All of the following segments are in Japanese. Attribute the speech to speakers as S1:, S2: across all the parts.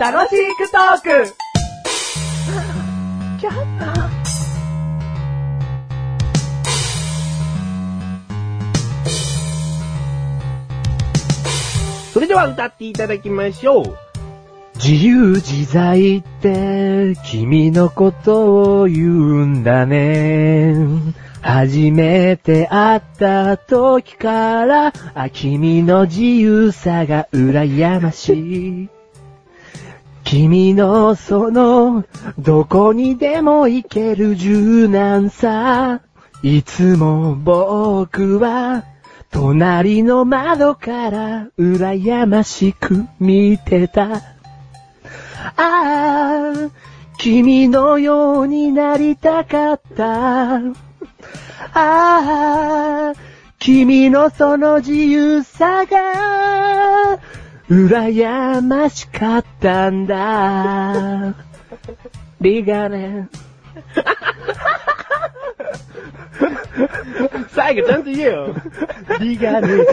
S1: 楽しくトーク
S2: それでは歌っていただきましょう。
S3: 自由自在って君のことを言うんだね。初めて会った時から、あ、君の自由さが羨ましい。君のその、どこにでも行ける柔軟さ。いつも僕は、隣の窓から羨ましく見てた。ああ、君のようになりたかった。ああ、君のその自由さが、羨ましかったんだ。リガネ。
S2: 最後ちゃんと言えよ。
S3: リガネじゃねえよ、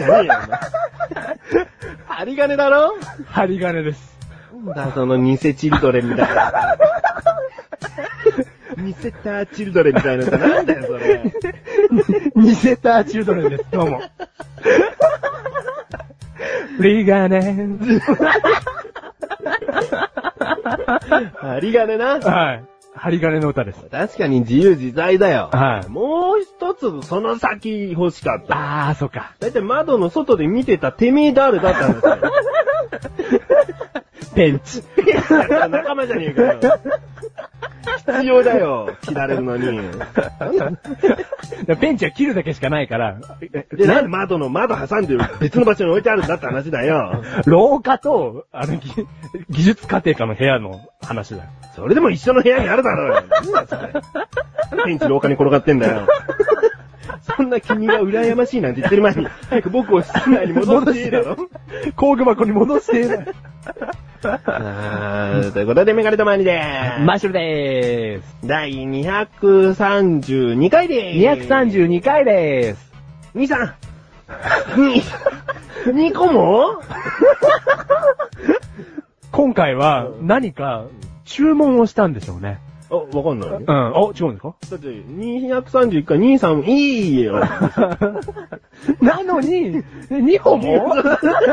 S2: 針金だろ
S3: 針金です。
S2: なんだその偽チルドレンみたい な。偽ターチルドレンみたいなのってなんだよそれ。
S3: ニセターチルドレンです。どうも。 リガネ。
S2: 針金な。
S3: はい。針金の歌です。
S2: 確かに自由自在だよ。
S3: はい
S2: もう一つその先欲しかった。
S3: ああ、そっか。
S2: だいたい窓の外で見てたてめえ誰だったんですよ。
S3: ペンチ。
S2: 仲間じゃねえかよ。必要だよ。切られるのに。
S3: ペンチは切るだけしかないから、
S2: で、なんで窓の窓挟んで別の場所に置いてあるんだって話だよ。
S3: 廊下と、あの、技技術家庭科の部屋の話だよ。
S2: それでも一緒の部屋にあるだろうよ。なんだそれ。天地廊下に転がってんだよ。そんな君が羨ましいなんて言ってる前に、早く僕を室内に戻していいだろ。
S3: 工具箱に戻してない。
S2: あーということで、メガネとマニでーす。
S3: マッシュルでーす。
S2: 第232回でーす。
S3: 232回でーす。
S2: 兄さん。兄2個も
S3: 今回は、何か、注文をしたんでしょうね。
S2: あ、わかんない。
S3: うん。お、違うんですか
S2: だって、231回23、いいよ。
S3: なのに、2個も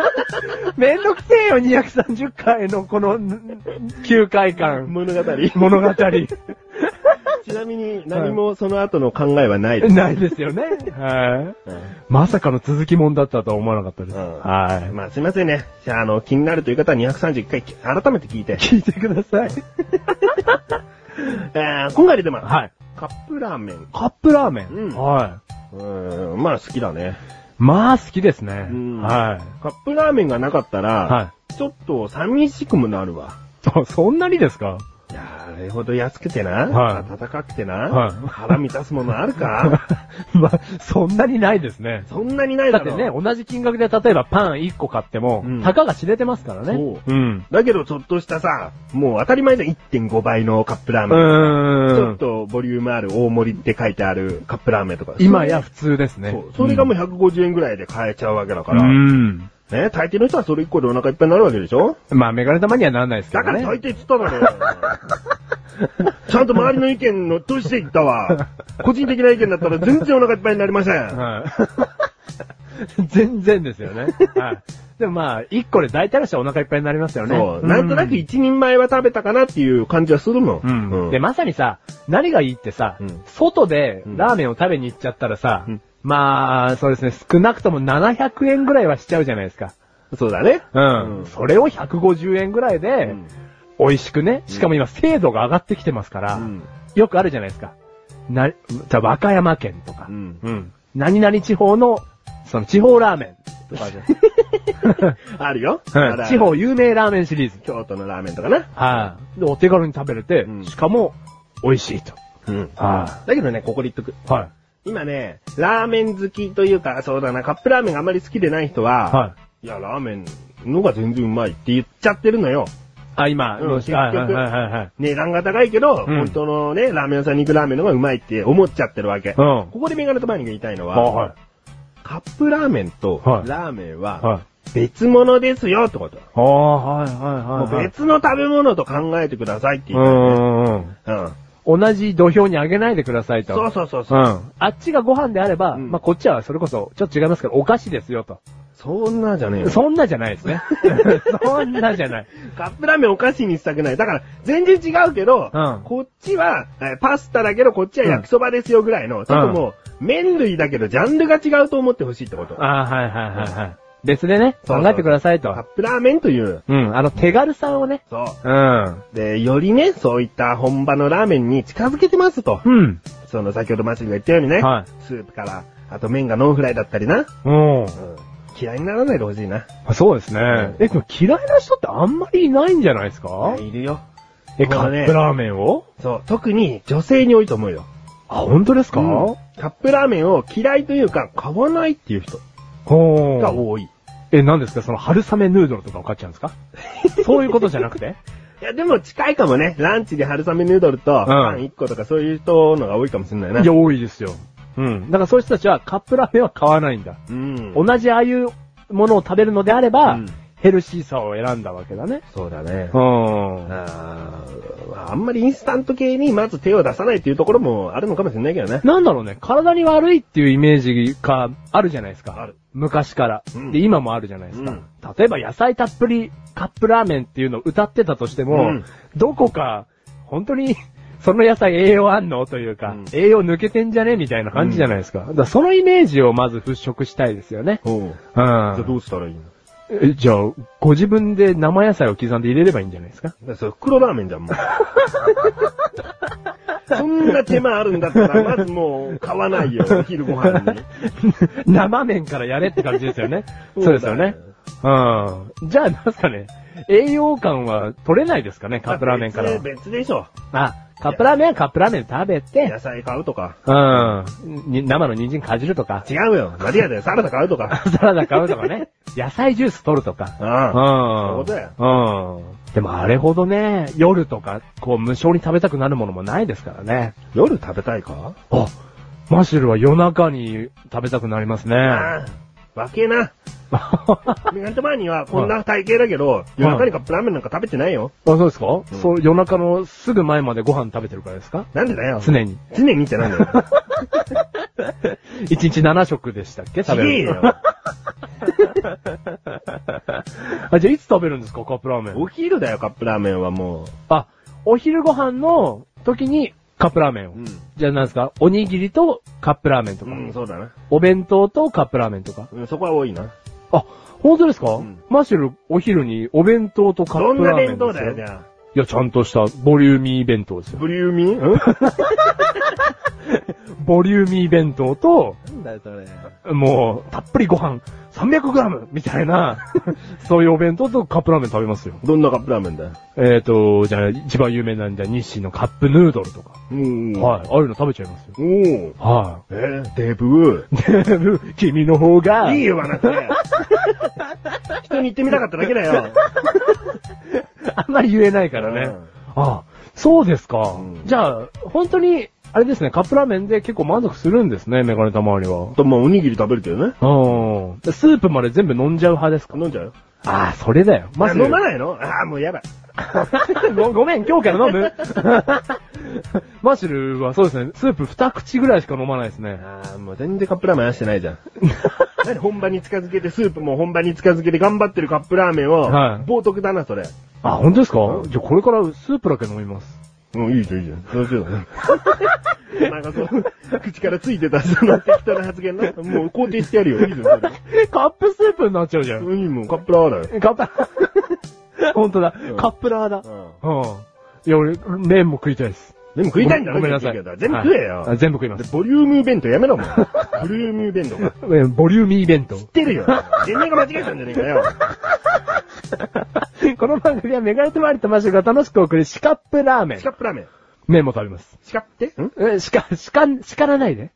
S3: めんどくせえよ、230回のこの、9回間。
S2: 物 語。
S3: 物語。
S2: ちなみに、何もその後の考えはないで す。
S3: ないですよね。はい。まさかの続きもんだったとは思わなかったです。
S2: うん
S3: はい。
S2: まあ、すいませんね。じゃあ、あの、気になるという方は231回き改めて聞いて。
S3: 聞いてください。
S2: えー、今回で も、
S3: はい。
S2: カップラーメン。
S3: カップラーメン。
S2: うん
S3: はい。
S2: うーん、まあ好きだね。
S3: まあ好きですね。
S2: ん
S3: は
S2: カップラーメンがなかったら、
S3: い。は
S2: ちょっと寂しくもなるわ。
S3: い。そんなにですか
S2: いやーあれほど安くてな、
S3: はい
S2: 暖かくてな、
S3: はい
S2: 腹満たすものあ るか
S3: まあ、そんなにないですね。
S2: そんなにない
S3: だ
S2: だ
S3: っ
S2: ろ
S3: てね、同じ金額で例えばパン1個買っても、
S2: うん
S3: たかが知れてますからね。
S2: そ
S3: う
S2: う
S3: ん。
S2: だけどちょっとしたさ、もう当たり前じゃん1.5倍のカップラー
S3: う
S2: メン。ち
S3: ー
S2: ょっ
S3: ん。
S2: とボリュームある大盛りって書いてあるカップラーメンとか。
S3: 今や普通ですね。
S2: そう。それがもう150円ぐらいで買えちゃうわけだから。
S3: うん。
S2: ね、大抵の人はそれ1個でお腹いっぱいになるわけでしょ
S3: まあ、メガネ玉にはならないですけ
S2: だ
S3: ど
S2: から
S3: ね。
S2: 大抵っつっただろ。 ちゃんと周りの意見のとして言ったわ。個人的な意見だったら全然お腹いっぱいになりません。
S3: はい。 全然ですよね。はい。でもまあ、一個で大体の人はお腹いっぱいになりますよね。
S2: そう。なんとなく一人前は食べたかなっていう感じはするの。
S3: うん。
S2: うん
S3: で、まさにさ、何がいいってさ、
S2: うん
S3: 外で
S2: うん
S3: ラーメンを食べに行っちゃったらさ、
S2: うん
S3: まあ、そうですね、少なくとも700円ぐらいはしちゃうじゃないですか。
S2: そうだね。
S3: うん。
S2: うん
S3: それを150円ぐらいで、
S2: うん
S3: 美味しくね、しかも今精度が上がってきてますから、
S2: うん
S3: よくあるじゃないですか。な、じゃあ和歌山県とか、
S2: うん
S3: うん何々地方の、その地方ラーメンとかじゃん
S2: あるよ。 あ
S3: うん
S2: るある
S3: 地方有名ラーメンシリーズ。
S2: 京都のラーメンとかな。
S3: はい。で、お手軽に食べれて、
S2: うん
S3: しかも、美味しいと。
S2: うん
S3: は
S2: だけどね、ここで言っとく。
S3: い。はい。
S2: 今ね、ラーメン好きというか、そうだな、カップラーメンがあまり好きでない人は、、
S3: はい
S2: や、ラーメンのが全然うまいって言っちゃってるのよ。
S3: あ、今、
S2: うん
S3: どうしたはい
S2: 結局
S3: はいはいはい。
S2: 値段が高いけど、
S3: うん
S2: 本当のね、ラーメン屋さんに行くラーメンのがうまいって思っちゃってるわけ。
S3: う
S2: こ
S3: ん。
S2: こでメガネと前にが言いたいの
S3: あ
S2: は、
S3: はい。
S2: カップラーメンと
S3: はい
S2: ラーメンは、
S3: は
S2: 別物ですよってこと。
S3: ああ、はいはい
S2: も
S3: は
S2: う
S3: い、はい。
S2: 別の食べ物と考えてくださいって
S3: う
S2: 言ったよね。
S3: んうんうん。
S2: うん。
S3: 同じ土俵に上げないでくださいと。
S2: そうそうそう
S3: う
S2: そう。
S3: ん。あっちがご飯であれば、
S2: うん
S3: まあ、こっちはそれこそ、ちょっと違いますけど、お菓子ですよと。
S2: そんなじゃねえよ。
S3: そんなじゃないです ね。そんなじゃない。
S2: カップラーメンお菓子にしたくない。だから、全然違うけど、
S3: うん
S2: こっちは、えーパスタだけど、こっちは焼きそばですよぐらいの、ちょっともう、麺類だけど、ジャンルが違うと思ってほしいってこと。
S3: ああ、はいはいはいはい。別でね、
S2: そうそう
S3: 考えてください
S2: カッ
S3: と。
S2: プラーメンという。
S3: うん、あの、手軽さをね。
S2: そ
S3: うん。
S2: う。で、よりね、そういった本場のラーメンに近づけてますと。
S3: うん。
S2: その、先ほどマシルが言ったようにね、
S3: はい
S2: スープから、あと麺がノンフライだったりな、
S3: うん。
S2: うん、嫌いにならないでほしいな。
S3: そうですね。え、でも嫌いな人ってあんまりいないんじゃないですか
S2: いやいるよ。
S3: え、
S2: こ
S3: カ
S2: れね
S3: ップラーメンを
S2: そう。特に、女性に多いと思うよ。
S3: あ、本当ですか
S2: うんカップラーメンを嫌いというか、買わないっていう人
S3: ほ
S2: が
S3: ー。
S2: 多い。
S3: え、何ですかその春雨ヌードルとかを買っちゃうん ですかそういうことじゃなくて
S2: いや、でも近いかもね。ランチで春雨ヌードルと、パン1個とかそういう人のが多いかもしれないな。
S3: いや、多いですよ。うん。だからそういう人たちはカップラーメンは買わないんだ。
S2: うん。
S3: 同じああいうものを食べるのであれば、
S2: うん
S3: ヘルシーさを選んだわけだね。
S2: そうだね。
S3: うん。
S2: あーまああんまりインスタント系にまず手を出さないっていうところもあるのかもしれないけどね。
S3: なんだろうね、体に悪いっていうイメージがあるじゃないですか。
S2: ある
S3: 昔から、
S2: うん
S3: で、今もあるじゃないですか、
S2: うん
S3: 例えば野菜たっぷりカップラーメンっていうのを歌ってたとしても、
S2: うん
S3: どこか、本当に、その野菜栄養あんのというか、
S2: うん
S3: 栄養抜けてんじゃねみたいな感じじゃないですか。だからそのイメージをまず払拭したいですよね。
S2: おう
S3: うん。
S2: じゃあどうしたらいいの
S3: えじゃあ、ご自分で生野菜を刻んで入れればいいんじゃないですか
S2: それ袋ラーメンじゃん、もう。そんな手間あるんだったら、まずもう買わないよ、お昼ご飯に。
S3: 生麺からやれって感じですよね。
S2: そう
S3: そうですよね。うん。じゃあ、なんすかね、栄養感は取れないですかね、カップラーメンからは
S2: 別。別でしょ。
S3: あ、カップラーメンはカップラーメン食べて
S2: 野、菜買うとか。
S3: うん。に生の人参かじるとか、
S2: 違うよ。マリアでサラダ買うとか。
S3: サラダ買うとか ね、野菜ジュース取るとか。うん。
S2: ああ。そうだよ
S3: うん。でもあれほどね、夜とか、こう無性に食べたくなるものもないですからね。
S2: 夜食べたいか
S3: あ、マシュルは夜中に食べたくなりますね。
S2: ああ。わけな。メガネたまにはこんな体型だけど、夜中にカップラーメンなんか食べてないよ。
S3: あ、そうですか、
S2: ん
S3: そう、夜中のすぐ前までご飯食べてるからですか
S2: なんでだよ。
S3: 常に。
S2: 常にってなんだよ。
S3: 1日7食でしたっけ
S2: ち
S3: 食
S2: げ
S3: べ
S2: え
S3: るの。
S2: よ。
S3: あ、じゃあいつ食べるんですかカップラーメン。
S2: お昼だよ、カップラーメンはも
S3: あ、お昼ご飯の時にカップラーメンを。
S2: う。う
S3: じゃあ何ですかおにぎりとカップラーメンとか、
S2: ん。うん、そうだな。
S3: お弁当とカップラーメンとか。
S2: うん、そこは多いな。
S3: あ、本当ですか、
S2: ん
S3: マッシュル、お昼にお弁当とカ
S2: ど
S3: ッ
S2: ん
S3: プラ
S2: な
S3: ーメンです
S2: 弁当だよ、じ
S3: よ
S2: ゃ
S3: いや、ちゃんとしたボリューミー弁当です
S2: あ。
S3: よ。
S2: ブリューミンん
S3: ボリューミー弁当と、
S2: なんだよ、それ。
S3: もう、たっぷりご飯 300g みたい な、そういうお弁当とカップラーメン食べますよ。
S2: どんなカップラーメンだよ。
S3: えっ、ー、と、じゃあ、一番有名なんじゃ、日清のカップヌードルとか。
S2: うん。
S3: はい。ああいうの食べちゃいますよ。
S2: い。おお。
S3: は
S2: えー、デブ
S3: い。で、 君の方が、
S2: いいよ、あ なた。人に言ってみたかっただけだよ。
S3: あんまり言えないからね。
S2: うん
S3: ああ、そうですか。
S2: うん
S3: じゃあ、本当に、あれですね、カップラーメンで結構満足するんですね、メガネたまわりは。
S2: と、まあ、おにぎり食べるけどね。
S3: うん。スープまで全部飲んじゃう派ですか
S2: 飲んじゃうよ。
S3: ああ、それだよ。
S2: まあ、飲ま
S3: い。
S2: ないのああ、もうやばい。
S3: ごごめん、今日から飲む マシュルはそうですね、スープ二口ぐらいしか飲まないですね。
S2: ああ、もう全然カップラーメン合わせてないじゃん。 何本場に近づけて、スープも本場に近づけて頑張ってるカップラーメンを、
S3: はい
S2: 冒涜だな、それ。
S3: あ、本当ですか、
S2: うん
S3: じゃあこれからスープだけ飲みます。
S2: うん、いいじゃん、いいじゃん。そうしよう。 なんかそう、口からついてた、その適当な発言な。もう肯定してやるよ。いいじゃん、それ。
S3: カップスープになっちゃうじゃん。
S2: うん、いいもん、カップラーだよ。
S3: カップ、 本当だ、
S2: ん
S3: カップラーだ。
S2: うん。
S3: うん。いや、俺、麺も食いたいです。
S2: 全部食いたいんだろ、
S3: ごめんなさい
S2: 結局。全部食えよ。
S3: はいあ全部食いま。
S2: ですボリューム弁当やめろ、もう。ボリューム弁当が。
S3: えボリューミー弁当。
S2: 知ってるよ。全然が間違えたんじゃねえかよ。
S3: この番組はメガネとマリとマッシュルが楽しく送るシカップラーメン
S2: シ。カップラーメン。
S3: 麺も食べます。
S2: シカってん
S3: え、しか、しか、叱らないで。